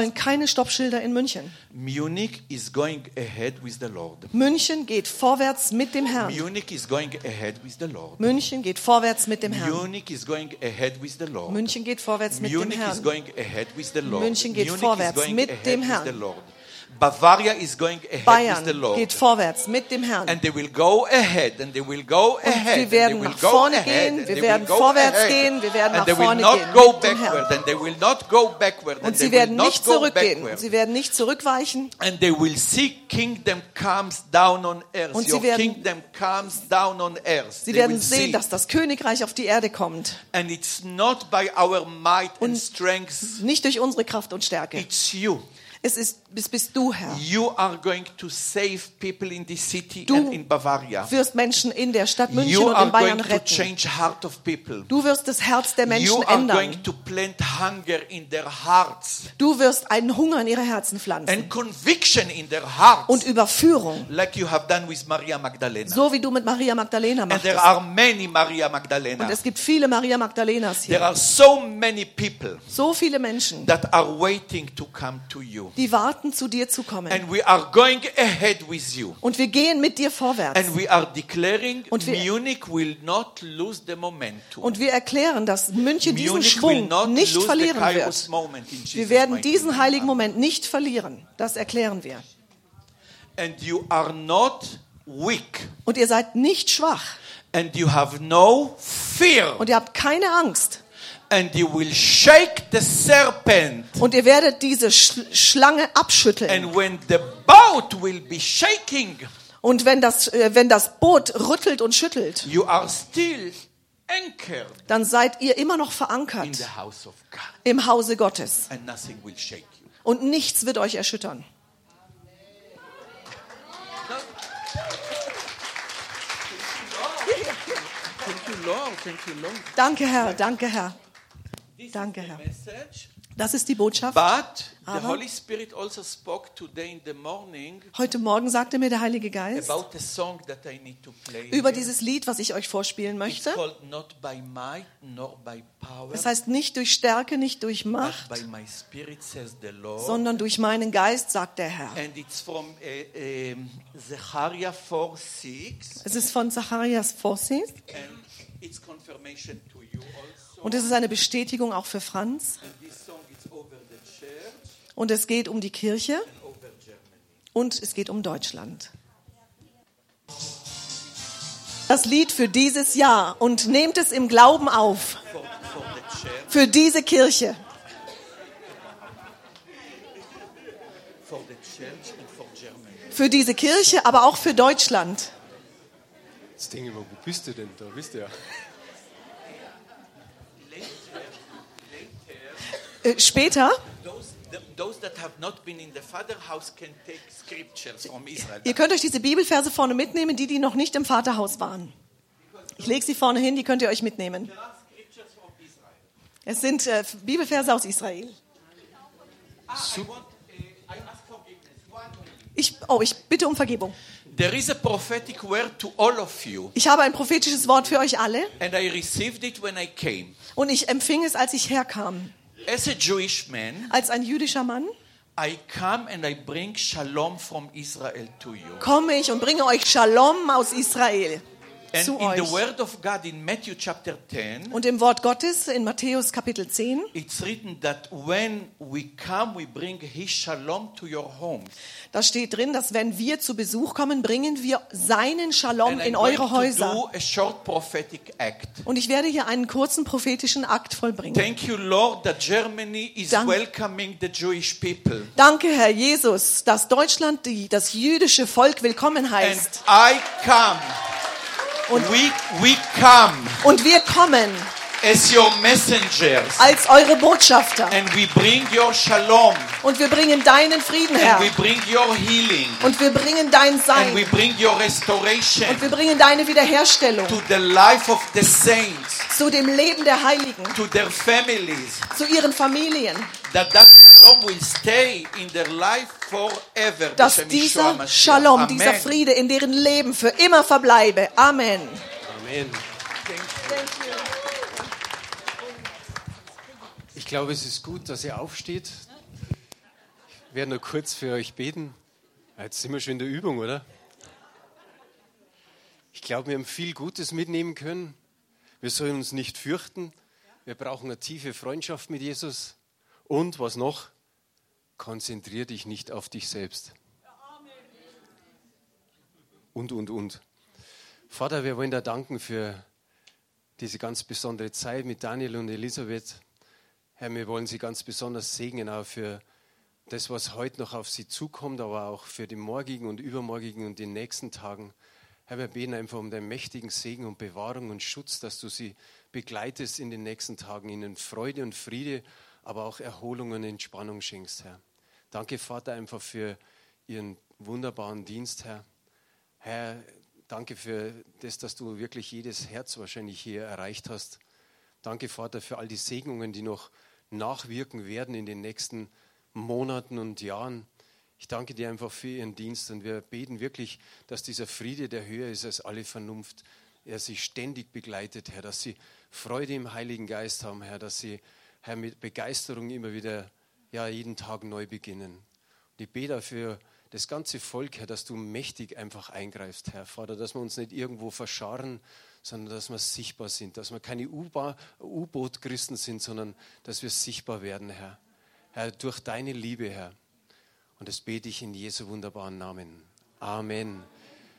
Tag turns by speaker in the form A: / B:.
A: wollen keine Stoppschilder in München.
B: Munich is going ahead with the Lord.
A: München geht vorwärts mit dem Herrn.
B: Munich is going ahead with the Lord.
A: München geht vorwärts mit dem Herrn.
B: Munich is going ahead with the Lord.
A: München geht vorwärts mit dem
B: Munich is
A: Herrn.
B: going ahead with the Lord.
A: München geht
B: Munich is
A: vorwärts
B: going
A: mit
B: ahead
A: dem
B: with
A: Herrn.
B: the Lord. Bavaria is going ahead with the
A: Bayern
B: Lord.
A: geht vorwärts mit dem Herrn.
B: And they will go ahead, and they will go ahead.
A: wir werden
B: and they will
A: nach
B: go
A: vorne
B: ahead,
A: gehen,
B: and
A: wir
B: they
A: werden
B: will go
A: vorwärts
B: ahead.
A: gehen, wir werden
B: and
A: nach
B: they will
A: vorne
B: not
A: gehen
B: go
A: mit dem Herrn.
B: backward, and they will not go backward, and
A: Und
B: they
A: sie werden
B: will not
A: nicht
B: go
A: zurückgehen.
B: backward.
A: Sie werden nicht zurückweichen.
B: And they will see kingdom comes down on earth.
A: Und sie
B: Your
A: werden-
B: kingdom comes down on earth.
A: Sie
B: They
A: werden
B: will see.
A: sehen, dass das Königreich auf die Erde kommt.
B: And it's not by our might and
A: Und-
B: strength.
A: Nicht durch unsere Kraft und Stärke.
B: It's you.
A: Es ist, es bist du, Herr.
B: You are going to save people in this city
A: Du
B: and in Bavaria.
A: wirst Menschen in der Stadt München
B: You
A: und
B: are
A: in
B: going
A: Bayern
B: to
A: retten.
B: change heart of people.
A: Du wirst das Herz der
B: You
A: Menschen
B: are going
A: ändern.
B: to plant hunger in their hearts
A: Du wirst einen Hunger in ihre Herzen pflanzen
B: and conviction in their hearts,
A: und Überführung,
B: like you have done with Maria Magdalena.
A: so wie du mit Maria Magdalena
B: and there
A: machtest.
B: are many Maria
A: Und
B: Magdalena.
A: es gibt viele Maria Magdalenas
B: There
A: hier.
B: are so many people
A: So viele Menschen,
B: that are waiting to come to you.
A: die warten, zu dir zu kommen.
B: And we are going ahead with you.
A: Und wir gehen mit dir vorwärts.
B: And we are declaring
A: Und wir-
B: Munich will not lose the momentum.
A: Und wir erklären, dass München diesen
B: Munich will
A: Schwung
B: not
A: nicht
B: lose the
A: verlieren
B: Kairos
A: wird.
B: moment in Jesus
A: Wir werden
B: mighty
A: diesen
B: name.
A: heiligen Moment nicht verlieren. Das erklären wir.
B: And you are not weak.
A: Und ihr seid nicht schwach.
B: And you have no fear.
A: Und ihr habt keine Angst.
B: And you will shake the serpent.
A: Und ihr werdet diese Sch Schlange abschütteln.
B: And when the boat will be shaking,
A: Und wenn das, äh, wenn das Boot rüttelt und schüttelt,
B: you are still anchored
A: dann seid ihr immer noch
B: in the
A: verankert
B: house of God.
A: im Hause Gottes.
B: And nothing will shake you.
A: Und nichts wird euch erschüttern.
B: Thank you, Lord. Thank you, Lord.
A: Danke, Herr. Danke, Herr.
B: This
A: Danke,
B: is the
A: Herr.
B: message.
A: Das ist die Botschaft.
B: But the
A: Aber-
B: Holy Spirit also spoke today in the morning
A: Heute Morgen sagte mir der Heilige Geist
B: about a song that I need to play.
A: über
B: here.
A: dieses Lied, was ich euch vorspielen
B: It's
A: möchte.
B: called Not by Might Nor by Power,
A: Das heißt, nicht durch Stärke, nicht durch
B: but
A: Macht,
B: by My Spirit, says the Lord.
A: sondern durch meinen Geist, sagt der Herr.
B: And it's from uh, um, Zechariah 4 6,
A: Es ist von Zacharias Fossis
B: and it's confirmation to you also.
A: und es ist eine Bestätigung auch für Franz.
B: And this song is over the church
A: Und es geht um die Kirche
B: and over Germany.
A: und es geht um Deutschland. Das Lied für dieses Jahr und nehmt es im Glauben auf,
B: For, for the church,
A: für diese Kirche,
B: for the church, and for Germany.
A: für diese Kirche, aber auch für Deutschland.
C: Das Ding immer, wo bist du denn? Da bist du ja.
B: Later, later.
A: Äh, später,
B: Those, th- those that have not been in the Father house can take scriptures from Israel.
A: ihr könnt euch diese Bibelverse vorne mitnehmen, die, die noch nicht im Vaterhaus waren. Ich lege sie vorne hin, die könnt ihr euch mitnehmen.
B: There are scriptures from Israel.
A: Es sind äh, Bibelverse aus Israel.
B: Ah, I want, uh, I ask forgiveness. One minute.
A: Ich, oh, ich bitte um Vergebung.
B: There is a prophetic word to all of you,
A: Ich habe ein prophetisches Wort für euch alle
B: and I received it when I came.
A: und ich empfing es, als ich herkam.
B: As a Jewish man,
A: Als ein jüdischer Mann
B: I come and I bring shalom from Israel to you.
A: komme ich und bringe euch Shalom aus Israel
B: And
A: zu
B: in the
A: euch.
B: word of God in Matthew chapter 10,
A: Und im Wort Gottes in Matthäus Kapitel 10,
B: it's written that when we come, we bring his shalom to your homes.
A: da steht drin, dass wenn wir zu Besuch kommen, bringen wir seinen Shalom
B: And
A: in
B: I'm
A: eure
B: going to
A: Häuser.
B: do a short prophetic act.
A: Und ich werde hier einen kurzen prophetischen Akt vollbringen.
B: Thank you, Lord, that Germany is
A: Dank-
B: welcoming the Jewish people.
A: Danke, Herr Jesus, dass Deutschland die, das jüdische Volk willkommen
B: And
A: heißt.
B: I come. we, we come
A: Und wir kommen
B: as your messengers.
A: als eure Botschafter.
B: and we bring your shalom.
A: Und wir bringen deinen Frieden, Herr.
B: And we bring your healing.
A: Und wir bringen dein
B: And
A: Sein.
B: we bring your restoration
A: Und wir bringen deine Wiederherstellung
B: to the life of the saints,
A: zu dem Leben der Heiligen,
B: to their families.
A: zu ihren Familien,
B: That that shalom will stay in their life forever.
A: dass
B: B'Shem Yeshua
A: dieser
B: Mashiach.
A: Shalom, dieser
B: Amen.
A: Friede in deren Leben für immer verbleibe. Amen.
C: Amen. Ich glaube, es ist gut, dass ihr aufsteht. werde nur kurz für euch beten. Ja, Jetzt sind wir schon in der Übung, oder? Ich glaube, wir haben viel Gutes mitnehmen können. Wir sollen uns nicht fürchten. Wir brauchen eine tiefe Freundschaft mit Jesus. Und was noch? Konzentrier dich nicht auf dich selbst. Und, und, und. Vater, wir wollen dir danken für diese ganz besondere Zeit mit Daniel und Elisabeth. Herr, wir wollen Sie ganz besonders segnen, auch für das, was heute noch auf Sie zukommt, aber auch für die morgigen und übermorgigen und den nächsten Tagen. Herr, wir beten einfach um deinen mächtigen Segen und Bewahrung und Schutz, dass du sie begleitest in den nächsten Tagen, ihnen Freude und Friede, aber auch Erholung und Entspannung schenkst, Herr. Danke, Vater, einfach für Ihren wunderbaren Dienst, Herr. Herr, danke für das, dass du wirklich jedes Herz wahrscheinlich hier erreicht hast. Danke, Vater, für all die Segnungen, die noch nachwirken werden in den nächsten Monaten und Jahren. Ich danke dir einfach für Ihren Dienst und wir beten wirklich, dass dieser Friede, der höher ist als alle Vernunft, er sie ständig begleitet, Herr, dass sie Freude im Heiligen Geist haben, Herr, dass sie, Herr, mit Begeisterung immer wieder, ja, jeden Tag neu beginnen. Und ich bete dafür das ganze Volk, Herr, dass du mächtig einfach eingreifst, Herr. Vater, dass wir uns nicht irgendwo verscharren, sondern dass wir sichtbar sind, dass wir keine U-Ba- U-Boot-Christen sind, sondern dass wir sichtbar werden, Herr. Herr, durch deine Liebe, Herr. Und das bete ich in Jesu wunderbaren Namen. Amen.